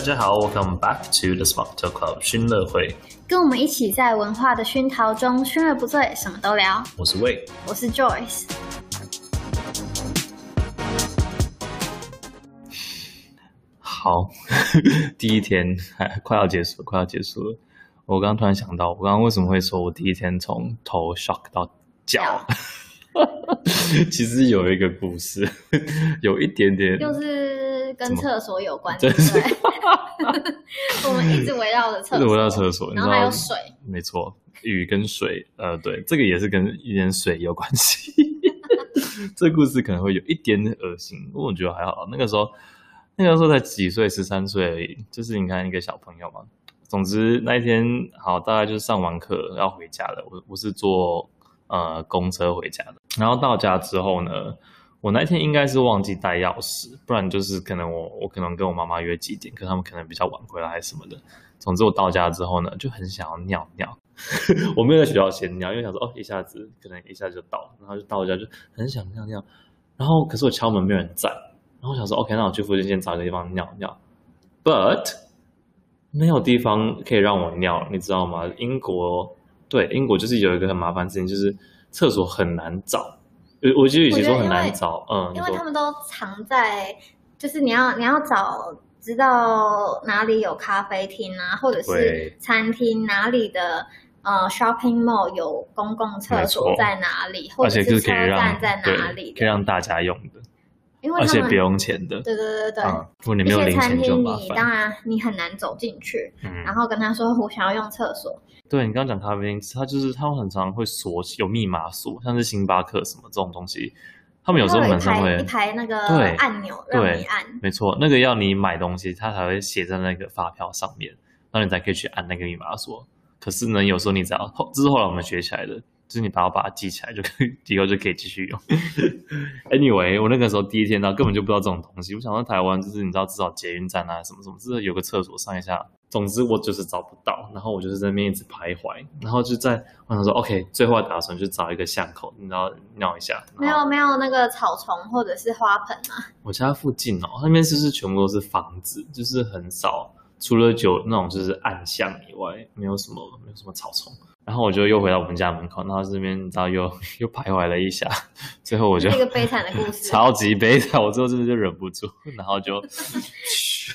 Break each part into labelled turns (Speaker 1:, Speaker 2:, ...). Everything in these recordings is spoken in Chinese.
Speaker 1: 家好，Welcome back to the Smart Talk Club 熏乐会，
Speaker 2: 跟我们一起在文化的熏陶中，熏而不醉，什么都聊。
Speaker 1: 我是魏。
Speaker 2: 我是 Joyce。
Speaker 1: 好，第一天还快要结束了，快要结束了。我刚刚突然想到，我刚刚为什么会说我第一天从头 shock 到 脚？其实有一个故事，有一点点，
Speaker 2: 又是跟厕所有关，
Speaker 1: 怎
Speaker 2: 对
Speaker 1: 么
Speaker 2: 不对？嗯 我们一直围绕着厕
Speaker 1: 就是
Speaker 2: 所，
Speaker 1: 我到厕所，你
Speaker 2: 然
Speaker 1: 知
Speaker 2: 后还
Speaker 1: 道
Speaker 2: 有，水，
Speaker 1: 没错，雨跟水，呃，对，这个也是跟一点水有关系。 这故事可能会有一点点恶心，不过我觉得还好。啊那个时候，那个时候才几岁，十三岁而已，就是你看一个小朋友嘛。总之那一天好，大概就是上完课要回家了。我我是坐呃公车回家的，然后到家之后呢，我那天应该是忘记带钥匙，不然就是可能我我可能跟我妈妈约几点，可他们可能比较晚回来什么的。总之我到家之后呢，就很想要尿尿， 我没有在学校先尿，因为想说哦一下子可能一下子就到了，然后就到家就很想尿尿，然后可是我敲门没有人在，然后我想说 OK，那我去附近先找一个地方尿尿，but 没有地方可以让我尿，你知道吗？英国对英国就是有一个很麻烦的事情，就是厕所很难找，呃我我觉得与其说很难找，嗯，你
Speaker 2: 因为
Speaker 1: 说
Speaker 2: 他们都藏在，就是你要你要找知道哪里有咖啡厅啊，或者
Speaker 1: 对
Speaker 2: 是餐厅哪里的。呃，shopping mall 有公共厕
Speaker 1: 没
Speaker 2: 所
Speaker 1: 错
Speaker 2: 在哪里，或
Speaker 1: 而
Speaker 2: 者
Speaker 1: 且
Speaker 2: 是
Speaker 1: 是
Speaker 2: 车
Speaker 1: 可以让
Speaker 2: 站在
Speaker 1: 对
Speaker 2: 哪里
Speaker 1: 可以
Speaker 2: 的？
Speaker 1: 让大家用的，
Speaker 2: 因为
Speaker 1: 而
Speaker 2: 他
Speaker 1: 且
Speaker 2: 们
Speaker 1: 不用钱的。
Speaker 2: 对对对对对，
Speaker 1: 嗯，如果你
Speaker 2: 一
Speaker 1: 没有
Speaker 2: 些
Speaker 1: 零
Speaker 2: 餐
Speaker 1: 钱就
Speaker 2: 厅
Speaker 1: 麻
Speaker 2: 你当
Speaker 1: 烦。
Speaker 2: 然你很难走进去，然
Speaker 1: 嗯，
Speaker 2: 后跟他说我想要用厕所，
Speaker 1: 对你刚刚讲咖啡厅，它就是他们很常会锁有密码锁，像是星巴克什么这种东西，他们有时候
Speaker 2: 它有
Speaker 1: 晚
Speaker 2: 一
Speaker 1: 上
Speaker 2: 排
Speaker 1: 会
Speaker 2: 一，排那个
Speaker 1: 对
Speaker 2: 按钮让
Speaker 1: 对
Speaker 2: 你按，
Speaker 1: 没错，那个要你买东西，它才会写在那个发票上面，然后你才可以去按那个密码锁。可是呢，有时候你只要后，这是后来我们学起来的，就是你把它把它记起来就可以， 哎以后就可以继续用。anyway，我那个时候第一天到根本就不知道这种东西，我想到台湾哎就是你知道至少捷运站啊什么什么，就是有个厕所上一下。总之我就是找不到，然后我就是在那边一直徘徊，然后就在我想说 OK，最后的打算就找一个巷口，你知道尿一下。
Speaker 2: 没
Speaker 1: 然后
Speaker 2: 有没有那个草丛或者是花盆啊，
Speaker 1: 我家附近哦，那边是不是全部都是房子？就是很少，除了有那种就是暗巷以外，没有什么没有什么草丛。然后我就又回到我们家门口，然后这边你知道又又徘徊了一下， 最后我就
Speaker 2: 这个悲惨的故事。
Speaker 1: 超级悲惨，我最后真的就忍不住，然后就 嘘，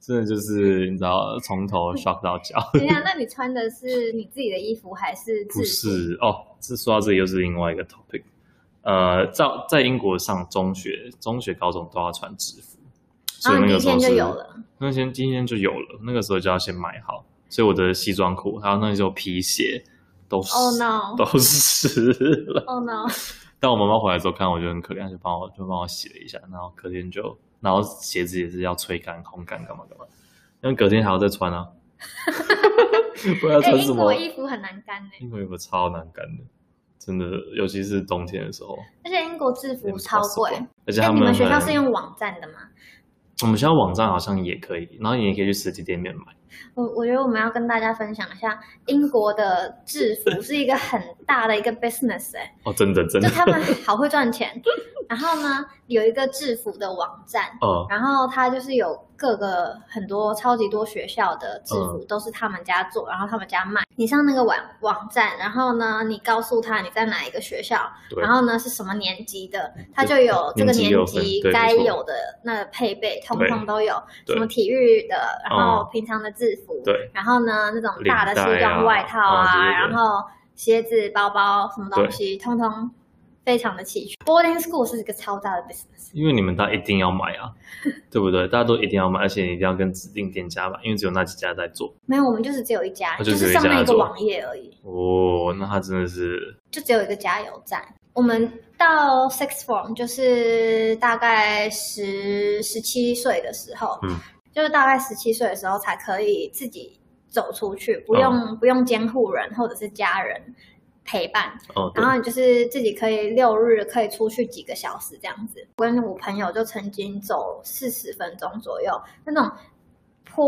Speaker 1: 真的就是你知道从头 shock 到脚。
Speaker 2: 等一下，那你穿的是你自己的衣服还是制服？
Speaker 1: 不是哦，这说到这里又是另外一个 topic。呃，在在英国上中学、中学、高中都要穿制服，所
Speaker 2: 然
Speaker 1: 以
Speaker 2: 后
Speaker 1: 那
Speaker 2: 啊你
Speaker 1: 个
Speaker 2: 第一
Speaker 1: 时候
Speaker 2: 天
Speaker 1: 是
Speaker 2: 就有了，
Speaker 1: 那天今天就有了，那个时候就要先买好，所以我的西装裤还有那时候皮鞋都湿
Speaker 2: Oh no
Speaker 1: 都湿了。
Speaker 2: 哦 no，
Speaker 1: 但我妈妈回来之后看我就很可怜，她就帮我就帮我洗了一下，然后隔天就，然后鞋子也是要吹干、烘干干嘛干嘛，因为隔天还要再穿啊， 不然要
Speaker 2: 哎，
Speaker 1: 穿什
Speaker 2: 英
Speaker 1: 么？
Speaker 2: 国衣服很难干哎，
Speaker 1: 英国衣服超难干的，真的，尤其是冬天的时候，
Speaker 2: 而且英国制服
Speaker 1: 真的
Speaker 2: 超
Speaker 1: 受不
Speaker 2: 贵
Speaker 1: 了。。而且
Speaker 2: 那
Speaker 1: 他
Speaker 2: 你
Speaker 1: 们
Speaker 2: 们学校
Speaker 1: 很
Speaker 2: 是用网站的吗？
Speaker 1: 我们学校网站好像也可以，然后你也可以去实体店面买。
Speaker 2: 我我觉得我们要跟大家分享一下，英国的制服是一个很大的一个 business 哎、
Speaker 1: 哦，真的真
Speaker 2: 就
Speaker 1: 的，
Speaker 2: 他们好会赚钱。然后呢，有一个制服的网站，
Speaker 1: 哦，
Speaker 2: 然后它就是有各个很多超级多学校的制服都是他们家做，然后他们家卖。你上那个网网站，然后呢，你告诉他你在哪一个学校，
Speaker 1: 对嗯
Speaker 2: 然，后呢是什么年级的，它就有这个
Speaker 1: 年级
Speaker 2: 年
Speaker 1: 有分
Speaker 2: 级
Speaker 1: 对
Speaker 2: 该
Speaker 1: 没错
Speaker 2: 有的那配备，通
Speaker 1: 对
Speaker 2: 通都有，
Speaker 1: 对
Speaker 2: 什么体育的，然后
Speaker 1: 嗯
Speaker 2: 平常的制服，
Speaker 1: 对，
Speaker 2: 然后呢，那种大的西
Speaker 1: 领带啊
Speaker 2: 装、外套
Speaker 1: 哦对对对
Speaker 2: 然后鞋子、包包什么东西，通通非常的齐全。Boarding school 是一个超大的 business，
Speaker 1: 因为你们大家一定要买啊， 对不对？大家都一定要买，而且你一定要跟指定店家买，因为只有那几家在做。
Speaker 2: 没有，我们就是只有一家，
Speaker 1: 哦
Speaker 2: 就
Speaker 1: 就只有
Speaker 2: 是
Speaker 1: 一家
Speaker 2: 上面一个
Speaker 1: 做
Speaker 2: 网页而已，
Speaker 1: 哦，那他真的是
Speaker 2: 就只有一个加油站。我们到 sixth form 就是大概十十七岁的时候，
Speaker 1: 嗯
Speaker 2: 就是大概十七岁的时候才可以自己走出去，不用、不用监护人或者是家人陪伴，
Speaker 1: 哦，对
Speaker 2: 然，后你就是自己可以六日可以出去几个小时这样子。我跟我朋友就曾经走四十分钟左右那种坡，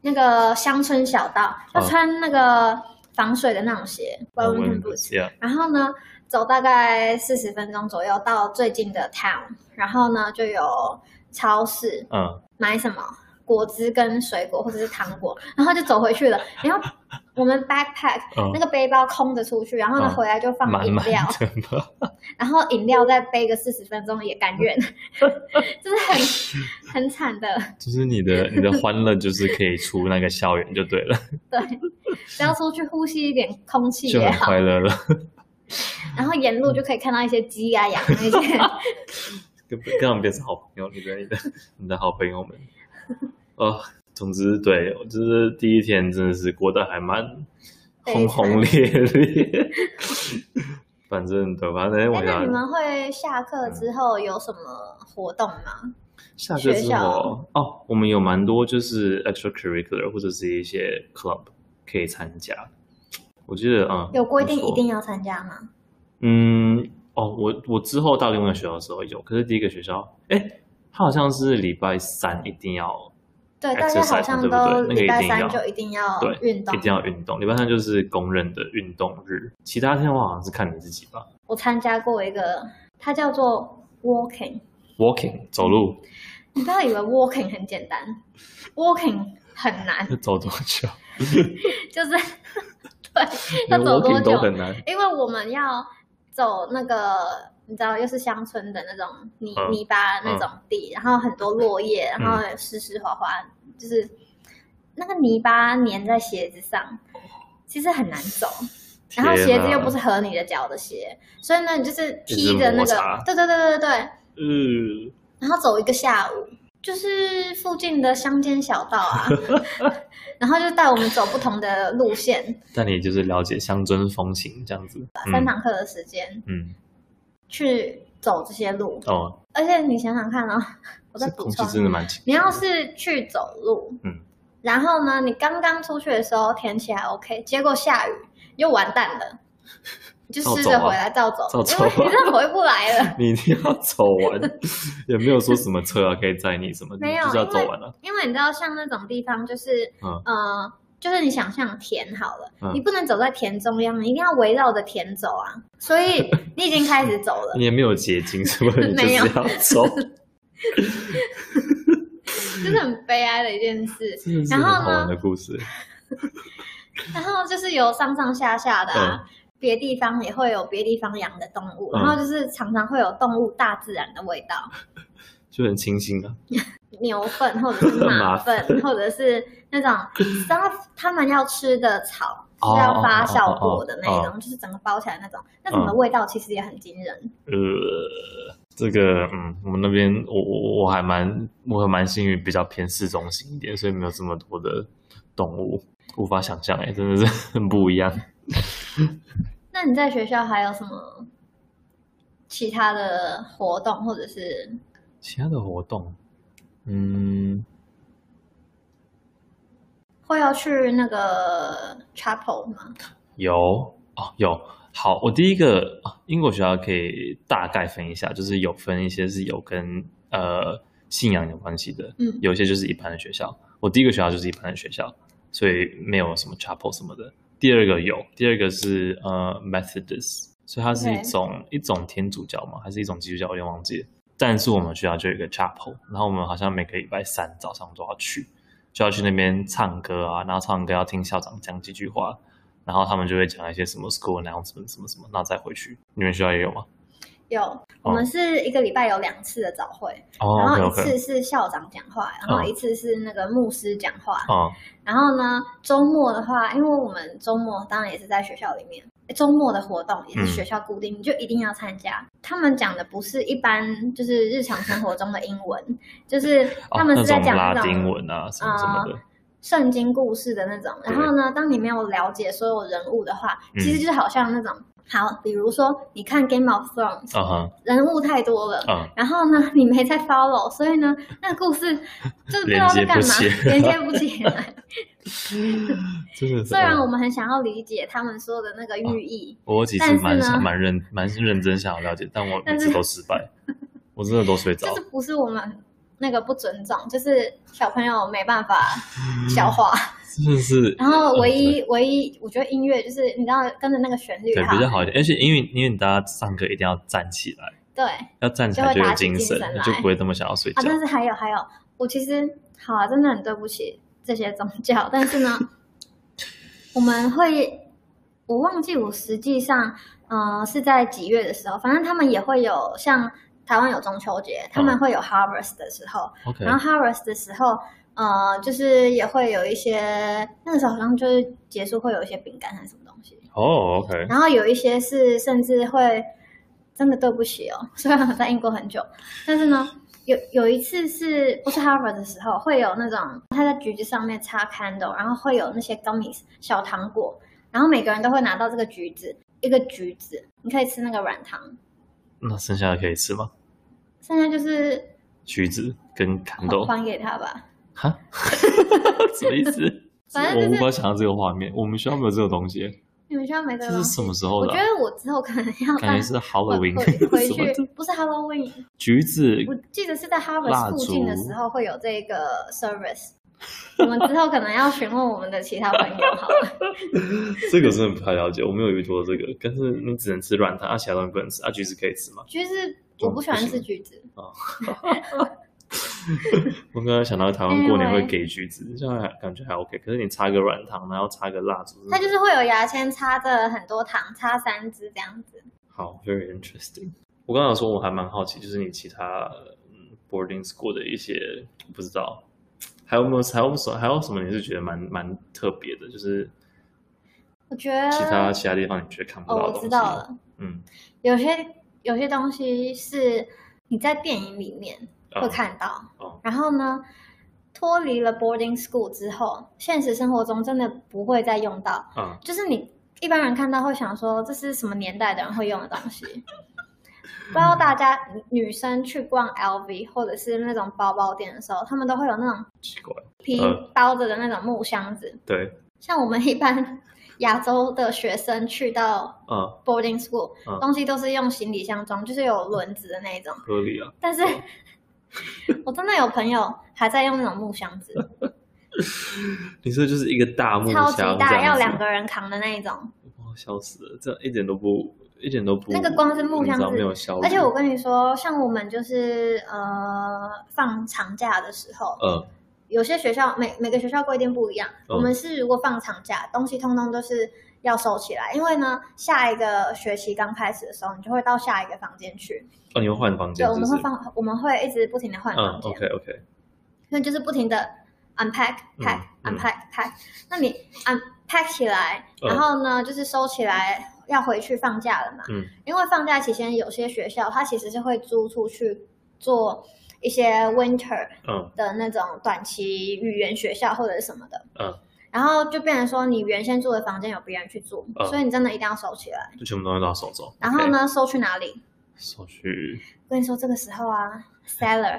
Speaker 2: 那个乡村小道，要
Speaker 1: 嗯
Speaker 2: 穿那个防水的那种鞋 w e l l i n g t o boots。
Speaker 1: Yeah，
Speaker 2: 然后呢，走大概四十分钟左右到最近的 town，然后呢就有超市
Speaker 1: 嗯，
Speaker 2: 买什么果汁跟水果或者是糖果，然后就走回去了。然后我们 backpack
Speaker 1: 嗯
Speaker 2: 那个背包空着出去，然后呢
Speaker 1: 嗯
Speaker 2: 回来就放
Speaker 1: 满
Speaker 2: 饮
Speaker 1: 满
Speaker 2: 料，
Speaker 1: 的吧，
Speaker 2: 然后饮料再背个四十分钟也甘愿，就是很很惨的。
Speaker 1: 就是你的你的欢乐就是可以出那个校园就对 了，
Speaker 2: 对，只要出去呼吸一点空气
Speaker 1: 就
Speaker 2: 也
Speaker 1: 很
Speaker 2: 好，
Speaker 1: 快乐了，
Speaker 2: 然后沿路就可以看到一些鸡啊、羊那 些。
Speaker 1: 跟跟他们变成好朋友，你跟你的你的好朋友们，哦，总之对，我就是第一天真的是过得还蛮
Speaker 2: 非
Speaker 1: 轰
Speaker 2: 常
Speaker 1: 轰烈烈， 反正对，反正我
Speaker 2: 哎，那
Speaker 1: 想
Speaker 2: 你们会下
Speaker 1: 嗯
Speaker 2: 课之后有什么活动吗？
Speaker 1: 下课
Speaker 2: 学
Speaker 1: 之后
Speaker 2: 校
Speaker 1: 哦，我们有蛮多就是 extracurricular 或者是一些 club 可以参加。我记得啊，嗯
Speaker 2: 有规定
Speaker 1: 不错
Speaker 2: 一定要参加吗？
Speaker 1: 嗯，哦，我我之后到另外一个学校的时候有，可是第一个学校，哎，它好像是礼拜三一定要
Speaker 2: 对，大家好
Speaker 1: Exercise
Speaker 2: 像
Speaker 1: 对不
Speaker 2: 都
Speaker 1: 对那个一定
Speaker 2: 礼拜三
Speaker 1: 要
Speaker 2: 就一定要
Speaker 1: 对
Speaker 2: 运动
Speaker 1: 一。定要运动，礼拜三就是公认的运动日，其他天我好像是看你自己吧。
Speaker 2: 我参加过一个，它叫做 walking。
Speaker 1: Walking 走路
Speaker 2: 你不要以为 walking 很简单，walking 很难，
Speaker 1: 走多久？
Speaker 2: 就是 对，要
Speaker 1: 连
Speaker 2: 走多
Speaker 1: walking 都
Speaker 2: 久？
Speaker 1: 很难。
Speaker 2: 因为我们要走那个，你知道，又是乡村的那种泥、
Speaker 1: 嗯
Speaker 2: 泥巴那种地，然后很多落叶，然后湿湿滑滑，就是那个泥巴粘在鞋子上，其实很难走。然
Speaker 1: 啊
Speaker 2: 后鞋子又不是合你的脚的鞋，所以呢，你就是踢着那
Speaker 1: 一直摩擦
Speaker 2: 个，对对对对对，
Speaker 1: 嗯，
Speaker 2: 然后走一个下午，就是附近的乡间小道 啊，然后就带我们走不同的路线，
Speaker 1: 但你就是了解乡村风情这样子。
Speaker 2: 三堂课的时间，
Speaker 1: 嗯，嗯，
Speaker 2: 去走这些路，
Speaker 1: 哦，
Speaker 2: 而且你想想看哦， 我再
Speaker 1: 这
Speaker 2: 补
Speaker 1: 空气
Speaker 2: 充，
Speaker 1: 真的蛮清
Speaker 2: 你要是去走路，
Speaker 1: 嗯，
Speaker 2: 然后呢，你刚刚出去的时候天气还 OK，结果下雨你就完 蛋了，你就湿着回来照走，
Speaker 1: 照走
Speaker 2: 因
Speaker 1: 啊，
Speaker 2: 为 你真的回不来了
Speaker 1: 你一定要走完，也没有说什么车啊可以载你什么，
Speaker 2: 没有
Speaker 1: 你就是要走完了、啊
Speaker 2: 因为你知道像那种地方就是，
Speaker 1: 嗯
Speaker 2: 呃。就是你想象田好了，
Speaker 1: 嗯
Speaker 2: 你不能走在田中央，你一定要围绕着田走啊。所以你已经开始走 了，
Speaker 1: 你也没有捷径什么，你就是
Speaker 2: 没有
Speaker 1: 要走，
Speaker 2: 真的很悲哀的一件事。
Speaker 1: 真的是
Speaker 2: 然
Speaker 1: 很
Speaker 2: 后呢
Speaker 1: 好玩的故事。
Speaker 2: 然后就是有上上下下的啊，别地方也会有别地方养的动物，
Speaker 1: 嗯
Speaker 2: 然后就是常常会有动物大自然的 味道，
Speaker 1: 就很清新啊，
Speaker 2: 牛粪或者是马
Speaker 1: 马
Speaker 2: 粪，或者是那 种然后他们要吃的草
Speaker 1: 哦
Speaker 2: 是要发酵过的那
Speaker 1: 哦哦
Speaker 2: 种，就是整个包起来那种，那种的味道其实也很惊人。
Speaker 1: 呃，这个嗯，我们那边我我我还蛮我还蛮幸运，比较偏市中心一点，所以没有这么多的动物，无法想象哎、真的是很不一样。
Speaker 2: 那你在学校还有什么其他的活动，或者是
Speaker 1: 其他的活动，嗯，
Speaker 2: 会要去那个 chapel 吗？
Speaker 1: 有哦，有。好，我第一个啊英国学校可以大概分一下，就是有分一些是有跟呃信仰有关系的，
Speaker 2: 嗯
Speaker 1: 有一些就是一般的学校。我第一个学校就是一般的学校，所以没有什么 chapel 什么的。第二个有，第二个是呃 Methodist，所以它是一
Speaker 2: OK
Speaker 1: 种一种天主教嘛，还是一种基督教，我有点忘记了。但是我们学校就有一个 chapel，然后我们好像每个礼拜三早上都要去，就要去那边唱歌啊，然后唱完歌要听校长讲几句话，然后他们就会讲一些什么 school announcement 什么什么，然后再回去。你们学校也有吗？
Speaker 2: 有，我们是一个礼拜有两次的早会。
Speaker 1: 哦
Speaker 2: 然
Speaker 1: ，OK
Speaker 2: 后一
Speaker 1: OK，
Speaker 2: 次是校长讲话，然后一次是那个牧师讲话。
Speaker 1: 哦，
Speaker 2: 然后呢，周末的话，因为我们周末当然也是在学校里面，诶周末的活动也
Speaker 1: 嗯
Speaker 2: 是学校固定，你就一定要参加。他们讲的不是一般就是日常生活中的英文，就是
Speaker 1: 哦
Speaker 2: 他们
Speaker 1: 那
Speaker 2: 是在
Speaker 1: 种
Speaker 2: 讲
Speaker 1: 拉
Speaker 2: 那
Speaker 1: 丁
Speaker 2: 种
Speaker 1: 文啊什么什么的，
Speaker 2: 圣经故事的那种。然后呢，当你没有了解所有人物的话，
Speaker 1: 嗯
Speaker 2: 其实就是好像那种。好，比如说你看《Game of Thrones》，
Speaker 1: 嗯哼，
Speaker 2: 人物太多了，
Speaker 1: 嗯，
Speaker 2: 然后呢，你没在 follow，所以呢，那个故事就是不知道在干嘛， 连
Speaker 1: 连
Speaker 2: 接不起来。
Speaker 1: 真的是。
Speaker 2: 虽然
Speaker 1: 嗯
Speaker 2: 我们很想要理解他们说的那个寓意，
Speaker 1: 我有几次
Speaker 2: 但是
Speaker 1: 蛮想
Speaker 2: 呢
Speaker 1: 蛮认蛮认真想要了解，但我每
Speaker 2: 但是
Speaker 1: 次都失 败，我真的都睡着
Speaker 2: 就是。 不是我们那个不尊重，就是小朋友没办法消化。
Speaker 1: 真的是。
Speaker 2: 然后唯
Speaker 1: 嗯
Speaker 2: 一唯一，我觉得音乐就是你知道跟着那个旋律
Speaker 1: 对
Speaker 2: 哈
Speaker 1: 比，较好一点，而且因为因为大家上课一定要站起来，
Speaker 2: 对
Speaker 1: 要站起来
Speaker 2: 就会
Speaker 1: 有
Speaker 2: 打起
Speaker 1: 精
Speaker 2: 精
Speaker 1: 神
Speaker 2: 神，来
Speaker 1: 就不会这么想要睡
Speaker 2: 啊，
Speaker 1: 觉。
Speaker 2: 但是还有还有，我其实好、啊，真的很对不起这些宗教，但是呢，我们会，我忘记我实际上，呃，是在几月的时候，反正他们也会有像台湾有中秋节，他们
Speaker 1: 嗯
Speaker 2: 会有 harvest 的时候，
Speaker 1: OK，
Speaker 2: 然后 harvest 的时候。呃，就是也会有一些，那个时候好像就是结束会有一些饼干还是什么东西，
Speaker 1: 哦，OK，
Speaker 2: 然后有一些是甚至会真的对不起哦， 虽然我在英国很久，但是呢，有有一次是不是 Harvard 的时候，会有那种他在橘子上面插 candle，然后会有那些 gummies 小糖果，然后每个人都会拿到这个橘子，一个橘子，你可以吃那个软糖，
Speaker 1: 那剩下的可以吃吗？
Speaker 2: 剩下就是
Speaker 1: 橘子跟蚕豆，
Speaker 2: 还给他吧。
Speaker 1: 哈， 什么意思？
Speaker 2: 反正
Speaker 1: 我
Speaker 2: 就是
Speaker 1: 无法想到这个画面，我们学校没有这个东西，
Speaker 2: 你们学校没这
Speaker 1: 这
Speaker 2: 个东
Speaker 1: 是
Speaker 2: 西？
Speaker 1: 什么时
Speaker 2: 我
Speaker 1: 候的
Speaker 2: 觉
Speaker 1: 啊、
Speaker 2: 得我之后可能要
Speaker 1: 感
Speaker 2: 带
Speaker 1: 觉是
Speaker 2: 回
Speaker 1: Halloween
Speaker 2: 回回
Speaker 1: 什么
Speaker 2: 去
Speaker 1: 的，
Speaker 2: 不是 Halloween，
Speaker 1: 橘子
Speaker 2: 我记得是在
Speaker 1: 蜡
Speaker 2: Harvard
Speaker 1: 烛
Speaker 2: 附近的时候会有这个 service。我 们之后可能要询问我们的其他朋友好了。
Speaker 1: 这个我真的不太了解，我没有遇过这个。但是你只能吃软糖，啊，其他东西不能吃。啊，橘子可以吃吗？
Speaker 2: 橘子，我不喜欢吃橘
Speaker 1: 哦
Speaker 2: 子，
Speaker 1: 我刚刚想到台湾过年会给橘子，
Speaker 2: 嗯
Speaker 1: 这样还感觉还 OK。可是你插个软糖，然后插个蜡烛，
Speaker 2: 它就是会有牙签插着很多糖，插三支这样子。
Speaker 1: 好，very interesting。我刚刚有说我还蛮好奇，就是你其他嗯 boarding school 的一些不知道，还有没有还有什么还有什么你是觉得蛮蛮特别的，就是
Speaker 2: 我觉得
Speaker 1: 其他其他地方你觉得看不
Speaker 2: 呃哦，
Speaker 1: 到的东
Speaker 2: 我
Speaker 1: 西？
Speaker 2: 知道了，
Speaker 1: 嗯，
Speaker 2: 有些有些东西是你在电影里面
Speaker 1: 啊
Speaker 2: 会看到，
Speaker 1: 哦
Speaker 2: 然后呢，脱离了 boarding school 之后，现实生活中真的不会再用到。
Speaker 1: 啊，
Speaker 2: 就是你一般人看到会想说，这是什么年代的人会用的东西？不知道大家女生去逛 LV 或者是那种包包店的时候，他们都会有那种
Speaker 1: 奇怪，
Speaker 2: 皮
Speaker 1: 嗯
Speaker 2: 包着的那种木箱子。
Speaker 1: 对，
Speaker 2: 像我们一般亚洲的学生去到
Speaker 1: 啊，
Speaker 2: boarding school，、
Speaker 1: 嗯
Speaker 2: 东西都是用行李箱装，就是有轮子的那种。
Speaker 1: 合理啊，
Speaker 2: 但是
Speaker 1: 嗯
Speaker 2: 我真的有朋友还在用那种木箱子，
Speaker 1: 你说就是一个大木
Speaker 2: 超
Speaker 1: 箱
Speaker 2: 级
Speaker 1: 这样子，
Speaker 2: 大，要两个人扛的那一种。
Speaker 1: 哇，哦笑死了，这样一点都不一点都不
Speaker 2: 那个光是木箱
Speaker 1: 你知道
Speaker 2: 子
Speaker 1: 没有效率，
Speaker 2: 而且我跟你说，像我们就是呃放长假的时候，
Speaker 1: 呃
Speaker 2: 有些学校每每个学校规定不一样。
Speaker 1: 嗯
Speaker 2: 我们是如果放长假，东西通通都是要收起来，因为呢，下一个学期刚开始的时候，你就会到下一个房间去。
Speaker 1: 哦，你会换房间
Speaker 2: 对，
Speaker 1: 是
Speaker 2: 我
Speaker 1: 不是，
Speaker 2: 们会放，我们会一直不停的换
Speaker 1: 嗯
Speaker 2: 房间，
Speaker 1: ，OK OK，
Speaker 2: 那就是不停的 unpack
Speaker 1: 嗯
Speaker 2: pack、
Speaker 1: 嗯
Speaker 2: unpack pack。那你 unpack 起来，
Speaker 1: 嗯
Speaker 2: 然后呢，就是收起来。要回去放假了嘛？
Speaker 1: 嗯，
Speaker 2: 因为放假期间，有些学校它其实是会租出去做一些 winter
Speaker 1: 嗯
Speaker 2: 的那种短期语言学校或者是什么的，
Speaker 1: 嗯，
Speaker 2: 然后就变成说你原先住的房间有别人去住，
Speaker 1: 嗯
Speaker 2: 所以你真的一定要收起来。
Speaker 1: 就全部东西都要手中，
Speaker 2: 然后呢，收去哪里？
Speaker 1: 手续。
Speaker 2: 我跟你说，这个时候啊，seller，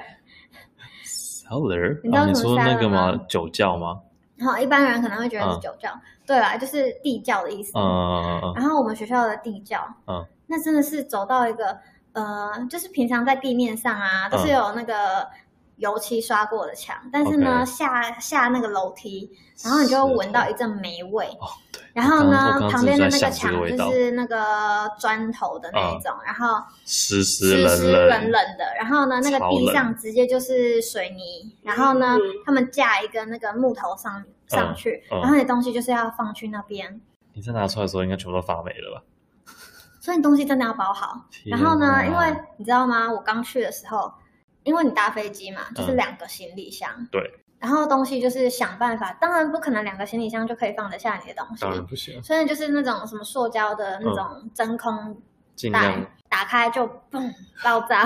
Speaker 1: Seller，
Speaker 2: 你知道
Speaker 1: 哦、你
Speaker 2: 什么
Speaker 1: 说那
Speaker 2: seller
Speaker 1: 个吗？
Speaker 2: 吗
Speaker 1: 酒窖吗？
Speaker 2: 然后一般人可能会觉得是
Speaker 1: 嗯
Speaker 2: 酒窖，对啦，就是地窖的意思。
Speaker 1: 嗯嗯嗯嗯
Speaker 2: 然后我们学校的地窖，
Speaker 1: 嗯，
Speaker 2: 那真的是走到一个呃，就是平常在地面上啊，都是
Speaker 1: 嗯
Speaker 2: 有那个油漆刷过的墙，但是呢
Speaker 1: OK
Speaker 2: 下下那个楼梯，然后你就会闻到一阵霉味。
Speaker 1: 哦，对。
Speaker 2: 然后
Speaker 1: 我刚
Speaker 2: 呢
Speaker 1: 刚，
Speaker 2: 旁边的
Speaker 1: 我刚刚正
Speaker 2: 那个墙
Speaker 1: 在想这个味道
Speaker 2: 就是那个砖头的那一种，然后
Speaker 1: 湿湿
Speaker 2: 湿湿
Speaker 1: 冷
Speaker 2: 冷冷的，然后呢，那个
Speaker 1: 超
Speaker 2: 地
Speaker 1: 冷
Speaker 2: 上直接就是水泥，然后呢，他们架一个那个木头上上去，
Speaker 1: 嗯
Speaker 2: 然后你东西就是要放去那边，
Speaker 1: 你再拿出来的时候，应该全部都发霉了吧？
Speaker 2: 所以你东西真的要包好。然后呢，
Speaker 1: 天
Speaker 2: 因
Speaker 1: 哪
Speaker 2: 为你知道吗？我刚去的时候，因为你搭飞机嘛，就是
Speaker 1: 嗯
Speaker 2: 两个行李箱，
Speaker 1: 对，
Speaker 2: 然后东西就是想办法，当然不可能两个行李箱就可以放得下你的东西
Speaker 1: 当，然不行，
Speaker 2: 所以就是那种什么塑胶的那种真空
Speaker 1: 尽
Speaker 2: 袋
Speaker 1: 量
Speaker 2: 打开就嘣爆 炸，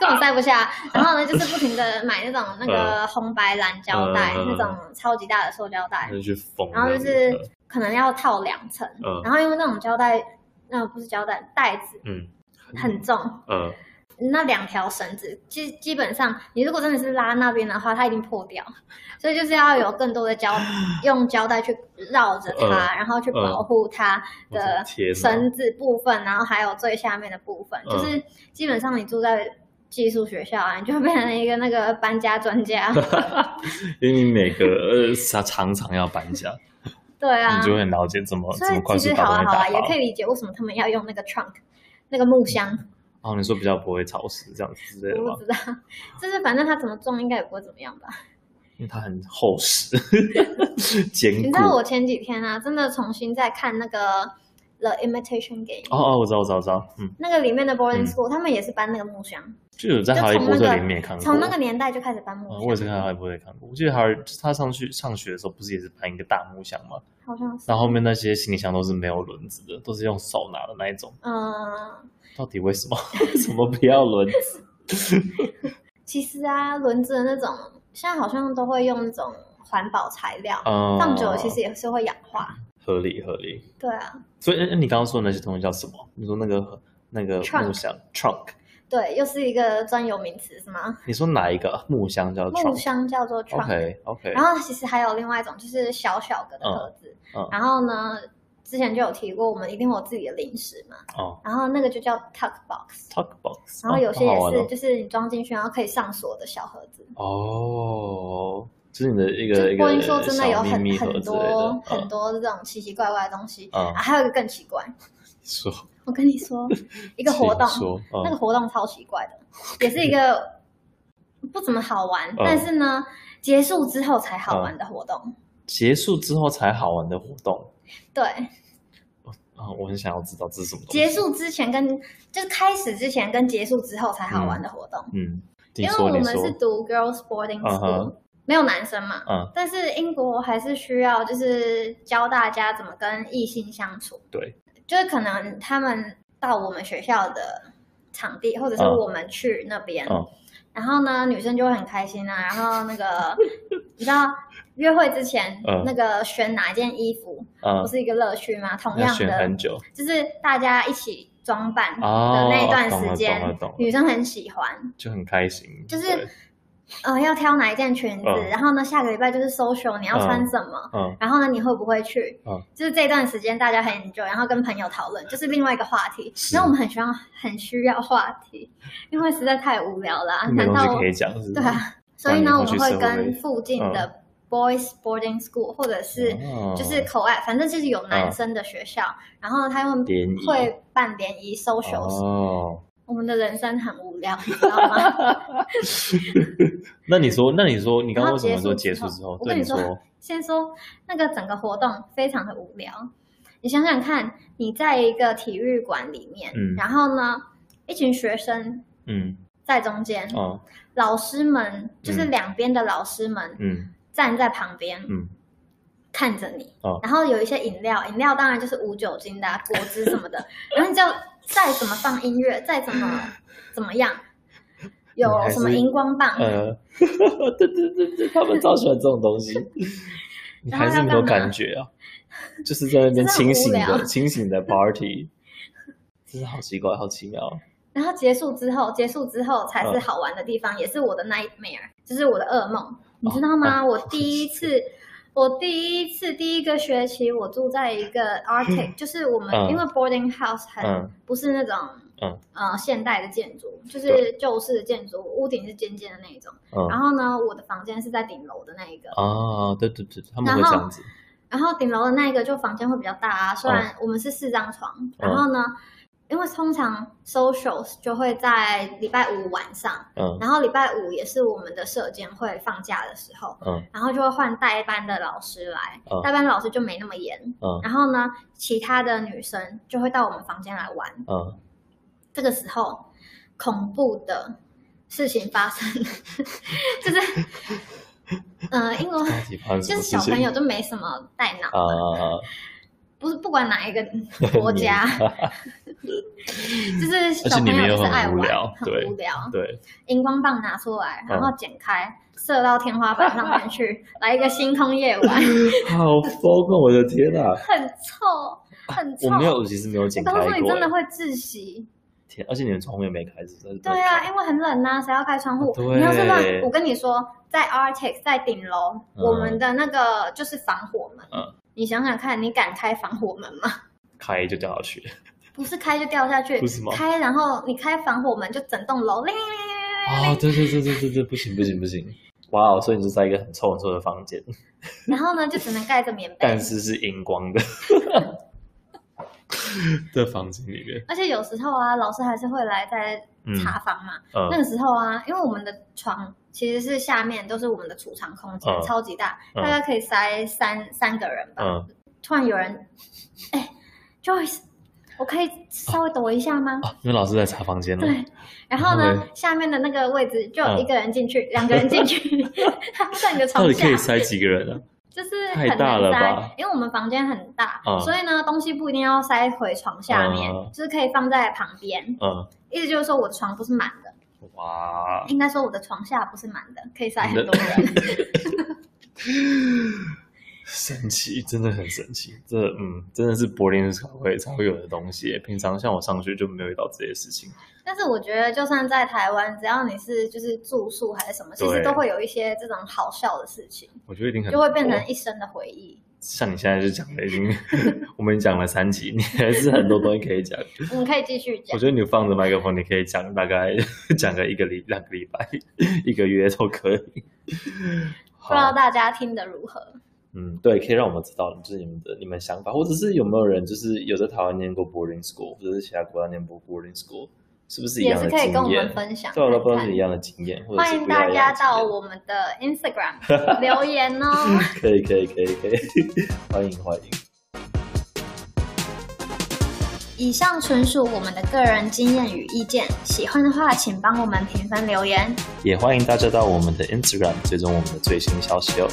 Speaker 2: 根本塞不下。然后呢，就是不停的买那种那个红白蓝胶带，
Speaker 1: 嗯嗯嗯嗯
Speaker 2: 那
Speaker 1: 嗯
Speaker 2: 种超级大的塑胶袋，
Speaker 1: 就去缝
Speaker 2: 然
Speaker 1: 那
Speaker 2: 后
Speaker 1: 个。
Speaker 2: 就是可能要套两层。
Speaker 1: 嗯
Speaker 2: 然后因为那种胶带，那、不是胶带，袋子
Speaker 1: 嗯
Speaker 2: 很重，
Speaker 1: 呃，
Speaker 2: 那两条绳子基基本上，你如果真的是拉那边的话，它一定破掉。所以就是要有更多的
Speaker 1: 啊
Speaker 2: 胶，用胶带去绕着它，然后去保护它
Speaker 1: 呃我的
Speaker 2: 的
Speaker 1: 天哪
Speaker 2: 绳子部分，然后还有最下面的部分，
Speaker 1: 嗯
Speaker 2: 就是基本上你住在寄宿学校啊，你就会变成一个那个搬家 专家。
Speaker 1: 因为你每个呃 常常常要搬家，
Speaker 2: 对 啊，
Speaker 1: 你就会很了解怎么
Speaker 2: 所
Speaker 1: 怎么快
Speaker 2: 以
Speaker 1: 速
Speaker 2: 其实好
Speaker 1: 把
Speaker 2: 啊
Speaker 1: 东西
Speaker 2: 好啊，
Speaker 1: 打
Speaker 2: 也
Speaker 1: 包
Speaker 2: 可。以理解为什么他们要用那个 trunk 那个木箱。
Speaker 1: 哦，你说比较不会潮湿这样子之类的
Speaker 2: 我
Speaker 1: 吗
Speaker 2: 不？知道， 就是反正它怎么撞应该也不会怎么样吧。
Speaker 1: 因为它很厚 实、坚
Speaker 2: 你
Speaker 1: 固。
Speaker 2: 知道我前几天啊，真的重新在看那个《The Imitation Game》，
Speaker 1: 哦哦，我知道，我知道，我知道，嗯，
Speaker 2: 那个里面的
Speaker 1: 嗯
Speaker 2: boarding school，、他们也是搬那个木箱，
Speaker 1: 就有在《哈利
Speaker 2: 就从
Speaker 1: 波特
Speaker 2: 那》个
Speaker 1: 里面也看过。
Speaker 2: 从那个年代就开始搬木
Speaker 1: 嗯
Speaker 2: 箱，
Speaker 1: 我也是看《哈利波特》看过。我记得哈利他上去上学的时候，不是也是搬一个大木箱吗？
Speaker 2: 好像是，
Speaker 1: 然后后面那些行李箱都是没有轮子的，都是用手拿的那一种。
Speaker 2: 嗯，
Speaker 1: 到底为什 么？为什么不要轮子？
Speaker 2: 其实啊，轮子的那种现在好像都会用那种环保材料，
Speaker 1: 嗯，
Speaker 2: 放久了其实也是会氧化。
Speaker 1: 合理合理。
Speaker 2: 对啊，
Speaker 1: 所以，呃你刚刚说的那些东西叫什么？你说那个那个
Speaker 2: Trunk
Speaker 1: 木箱 trunk，
Speaker 2: 对，又是一个专有名词是吗？
Speaker 1: 你说哪一个啊木箱叫
Speaker 2: 木箱叫做 trunk。
Speaker 1: trunk？OK 哦 OK，
Speaker 2: 然后其实还有另外一种，就是小小个的盒子。
Speaker 1: 嗯嗯
Speaker 2: 然后呢，之前就有提过，我们一定会有自己的零食嘛。
Speaker 1: 哦
Speaker 2: 然后那个就叫 tuck box。
Speaker 1: talk box，
Speaker 2: 然后有些
Speaker 1: 哦好
Speaker 2: 也
Speaker 1: 玩
Speaker 2: 是，就是你装进去，然后可以上锁的小盒子。
Speaker 1: 哦，哦就是你的一
Speaker 2: 就
Speaker 1: 个一
Speaker 2: 播音
Speaker 1: 个
Speaker 2: 说真的有
Speaker 1: 小秘
Speaker 2: 很
Speaker 1: 密盒
Speaker 2: 很
Speaker 1: 之类的
Speaker 2: 多。很
Speaker 1: 嗯
Speaker 2: 多这种奇奇怪怪的东西。
Speaker 1: 嗯
Speaker 2: 啊，还有一个更奇怪，
Speaker 1: 说
Speaker 2: 我跟 你说，一个活动
Speaker 1: 请，说嗯
Speaker 2: 那个活动超奇怪 的，也是一个不怎么好玩，
Speaker 1: 嗯
Speaker 2: 但是呢，结束之后才好玩的活动。
Speaker 1: 结束之后才好玩的活动
Speaker 2: 对，
Speaker 1: 啊、我很想要知道这是什么东西。
Speaker 2: 结束之前跟就是开始之前跟结束之后才好玩的活动，
Speaker 1: 嗯，你
Speaker 2: 因为
Speaker 1: 说
Speaker 2: 我
Speaker 1: 你
Speaker 2: 们
Speaker 1: 说
Speaker 2: 是，读 girls boarding
Speaker 1: 嗯
Speaker 2: school，、
Speaker 1: 哼
Speaker 2: 没有男生嘛，
Speaker 1: 嗯，
Speaker 2: 但是英国还是需要就是教大家怎么跟异性相处，
Speaker 1: 对，
Speaker 2: 就是可能他们到我们学校的场地，或者是
Speaker 1: 嗯
Speaker 2: 我们去那边，
Speaker 1: 嗯
Speaker 2: 然后呢，女生就会很开心啊，然后那 个你知道。约会之前，
Speaker 1: 嗯
Speaker 2: 那个选哪件衣服、不
Speaker 1: 嗯，
Speaker 2: 是一个乐趣吗？同
Speaker 1: 要
Speaker 2: 样
Speaker 1: 选
Speaker 2: 的，
Speaker 1: 很久，
Speaker 2: 就是大家一起装扮
Speaker 1: 哦
Speaker 2: 的那一段
Speaker 1: 懂了
Speaker 2: 时
Speaker 1: 懂了
Speaker 2: 间
Speaker 1: 懂了，
Speaker 2: 女生很喜欢，
Speaker 1: 就很开心，
Speaker 2: 就是
Speaker 1: 对
Speaker 2: 呃，要挑哪一件裙子，
Speaker 1: 嗯
Speaker 2: 然后呢，下个礼拜就是 social，你要穿什么，
Speaker 1: 嗯
Speaker 2: 然后呢，你会不会去？
Speaker 1: 嗯
Speaker 2: 就是这段时间大家很 enjoy，然后跟朋友讨论，就是另外一个话题。
Speaker 1: 是
Speaker 2: 然后我们很需要 很需要话题，因为实在太无聊了啊，
Speaker 1: 没
Speaker 2: 难
Speaker 1: 东西
Speaker 2: 道
Speaker 1: 可以讲，是不是
Speaker 2: 对啊？所以呢，
Speaker 1: 那
Speaker 2: 我
Speaker 1: 你会嗯
Speaker 2: 们
Speaker 1: 去 Subway？
Speaker 2: 会跟附近的 boys boarding school 或者是
Speaker 1: 哦
Speaker 2: 就是口外，反正就是有男
Speaker 1: 嗯
Speaker 2: 生的学校，然后他们
Speaker 1: 联谊
Speaker 2: 会办联谊 social
Speaker 1: 哦。
Speaker 2: 我们的人生很无聊，你知道吗？
Speaker 1: 那你说，那你说，你刚
Speaker 2: 然
Speaker 1: 刚
Speaker 2: 后
Speaker 1: 为什么说结
Speaker 2: 结束
Speaker 1: 束
Speaker 2: 之
Speaker 1: 之
Speaker 2: 后
Speaker 1: 后？
Speaker 2: 我跟
Speaker 1: 对
Speaker 2: 你
Speaker 1: 说，
Speaker 2: 说先说那个整个活动非常的无聊，你想想看，你在一个体育馆里面，
Speaker 1: 嗯
Speaker 2: 然后呢，一群学生
Speaker 1: 嗯
Speaker 2: 在中间，
Speaker 1: 嗯
Speaker 2: 老师们就是两边的老师们
Speaker 1: 嗯
Speaker 2: 站在旁边、
Speaker 1: 嗯，
Speaker 2: 看着你，
Speaker 1: 哦
Speaker 2: 然后有一些饮料，饮料当然就是无酒精的、啊、果汁什么的，然后你就再怎么放音乐，再怎么怎么样，有
Speaker 1: 嗯你还
Speaker 2: 什么
Speaker 1: 是
Speaker 2: 荧光棒，
Speaker 1: 呃， 对对对对，他们超喜欢这种东 西，你还是没有感觉啊？就是在那边清醒
Speaker 2: 真的很无聊
Speaker 1: 的、清醒的 party，真是好奇怪、好奇妙。
Speaker 2: 然后结束之后，结束之后才是
Speaker 1: 嗯哦
Speaker 2: 好玩的地方，也是我的 nightmare，就是我的噩梦，你知道
Speaker 1: 嗯
Speaker 2: 吗？我第一次，我第一次第一个学期，我住在一 个 Arctic，就是我们、
Speaker 1: 嗯
Speaker 2: 因为 boarding house 很、
Speaker 1: 嗯
Speaker 2: 不是那种。
Speaker 1: 嗯
Speaker 2: 呃，现代的建筑就是
Speaker 1: 对
Speaker 2: 旧式的建筑，屋顶是尖尖的那一种。
Speaker 1: 嗯
Speaker 2: 然后呢，我的房间是在顶楼的那一个，
Speaker 1: 啊，对对对，他们
Speaker 2: 然
Speaker 1: 会
Speaker 2: 后
Speaker 1: 这样子，
Speaker 2: 然后顶楼的那一个就房间会比较大啊，虽
Speaker 1: 嗯
Speaker 2: 然我们是四张床，然后呢，因为通常 socials 就会在礼拜五晚上，
Speaker 1: 嗯
Speaker 2: 然后礼拜五也是我们的社监会放假的时候，
Speaker 1: 嗯
Speaker 2: 然后就会换代班的老师来，
Speaker 1: 嗯
Speaker 2: 代班老师就没那么严，
Speaker 1: 嗯
Speaker 2: 然后呢，其他的女生就会到我们房间来玩，
Speaker 1: 嗯，
Speaker 2: 这个时候恐怖的事情发生， 就是， 呃，英国
Speaker 1: 到底发生什
Speaker 2: 就
Speaker 1: 么事
Speaker 2: 是小
Speaker 1: 情
Speaker 2: 朋友就没什么带脑。
Speaker 1: 啊？
Speaker 2: 不是不管哪一个国家，就是小
Speaker 1: 而且
Speaker 2: 朋
Speaker 1: 你们
Speaker 2: 友
Speaker 1: 又
Speaker 2: 就是爱
Speaker 1: 很无
Speaker 2: 玩
Speaker 1: 聊，
Speaker 2: 很
Speaker 1: 对
Speaker 2: 无聊。
Speaker 1: 对，
Speaker 2: 荧光棒拿出来，
Speaker 1: 嗯
Speaker 2: 然后剪开，射到天花板上面去， 来一个星空夜晚，
Speaker 1: 好疯啊！我的天哪，
Speaker 2: 很臭，很臭。
Speaker 1: 我没有，我其实没有
Speaker 2: 我
Speaker 1: 剪开
Speaker 2: 告诉你，
Speaker 1: 过
Speaker 2: 真，的会窒息。
Speaker 1: 天，而且你们窗户也没开着，真的是不
Speaker 2: 对
Speaker 1: 能
Speaker 2: 啊，
Speaker 1: 开，
Speaker 2: 因为很冷呐、谁要开窗户？
Speaker 1: 啊对
Speaker 2: 你要是乱，我跟你说，在 Artex 在顶楼，
Speaker 1: 嗯
Speaker 2: 我们的那个就是防火门。
Speaker 1: 嗯
Speaker 2: 你想想看，你敢开防火门吗？
Speaker 1: 开就掉下去，
Speaker 2: 不是开就掉下去，
Speaker 1: 不是吗
Speaker 2: 开然后你开防火门就整栋楼铃铃铃铃铃
Speaker 1: 哦，对对对对对对，不行不行不行！哇哦，所以你是在一个很臭很臭的房间，
Speaker 2: 然后呢，就只能盖着棉被
Speaker 1: 但，是是荧光的 的房间里面，
Speaker 2: 而且有时候啊，老师还是会来在
Speaker 1: 嗯
Speaker 2: 查房嘛。那
Speaker 1: 嗯
Speaker 2: 个时候啊，因为我们的床其实是下面都是我们的储藏空间，
Speaker 1: 嗯
Speaker 2: 超级大，
Speaker 1: 嗯
Speaker 2: 大概可以塞三三个人吧。
Speaker 1: 嗯，
Speaker 2: 突然有人，哎、j o y c e 我可以稍微躲一下吗？
Speaker 1: 哦，你们老师在查房间了，
Speaker 2: 对，然
Speaker 1: 然后
Speaker 2: 后呢
Speaker 1: 嘞，
Speaker 2: 下面的那个位置就有一个人进去，两个人 进去，他在你的
Speaker 1: 嗯到
Speaker 2: 床
Speaker 1: 底
Speaker 2: 下
Speaker 1: 可，以塞几个人啊？
Speaker 2: 就是
Speaker 1: 太
Speaker 2: 很难
Speaker 1: 大了
Speaker 2: 塞
Speaker 1: 吧
Speaker 2: 因为我们房间很大，
Speaker 1: 嗯
Speaker 2: 所以呢，东西不一定要塞回床下面，
Speaker 1: 嗯
Speaker 2: 就是可以放在旁边。
Speaker 1: 嗯，
Speaker 2: 意思就是说我的床不是满的，
Speaker 1: 哇，
Speaker 2: 应该说我的床下不是满的，可以塞很多人。
Speaker 1: 神奇，真的很神奇，这嗯，真的是柏林才会才会有的东西。平常像我上学就没有遇到这些事情，
Speaker 2: 但是我觉得，就算在台湾，只要你是就是住宿还是什么，其实
Speaker 1: 对
Speaker 2: 都会有一些这种好笑的事情，
Speaker 1: 我觉得一定很
Speaker 2: 就会变
Speaker 1: 多
Speaker 2: 成一生的回忆。
Speaker 1: 像你现在就讲的已经，我们讲了三集，你还是很多东西可以讲。
Speaker 2: 我们可以继续讲
Speaker 1: 我。觉得你放着麦克风，你可以讲大概讲个一个礼两个礼拜、一个月都可以。
Speaker 2: 不知道
Speaker 1: 好，
Speaker 2: 大家听得如何？
Speaker 1: 嗯，对，可以让我们知道就是你们的你们想法，或者是有没有人就是有在台湾念过 boarding school，或者是其他国家念过 boarding school，是不是一
Speaker 2: 也
Speaker 1: 样
Speaker 2: 是
Speaker 1: 的
Speaker 2: 可
Speaker 1: 经
Speaker 2: 以跟我们
Speaker 1: 验？
Speaker 2: 分享
Speaker 1: 对，我都不知道
Speaker 2: 看
Speaker 1: 是
Speaker 2: 看
Speaker 1: 一样的经验，或者
Speaker 2: 欢
Speaker 1: 是
Speaker 2: 迎
Speaker 1: 不一样
Speaker 2: 大
Speaker 1: 的
Speaker 2: 家
Speaker 1: 经
Speaker 2: 到
Speaker 1: 验
Speaker 2: 我们的 Instagram 留言哦。
Speaker 1: 可以可以可以可以， 欢迎欢迎。
Speaker 2: 以上纯属我们的个人经验与意见，喜欢的话请帮我们评分留言。
Speaker 1: 也欢迎大家到我们的 Instagram 追踪我们的最新消息哦。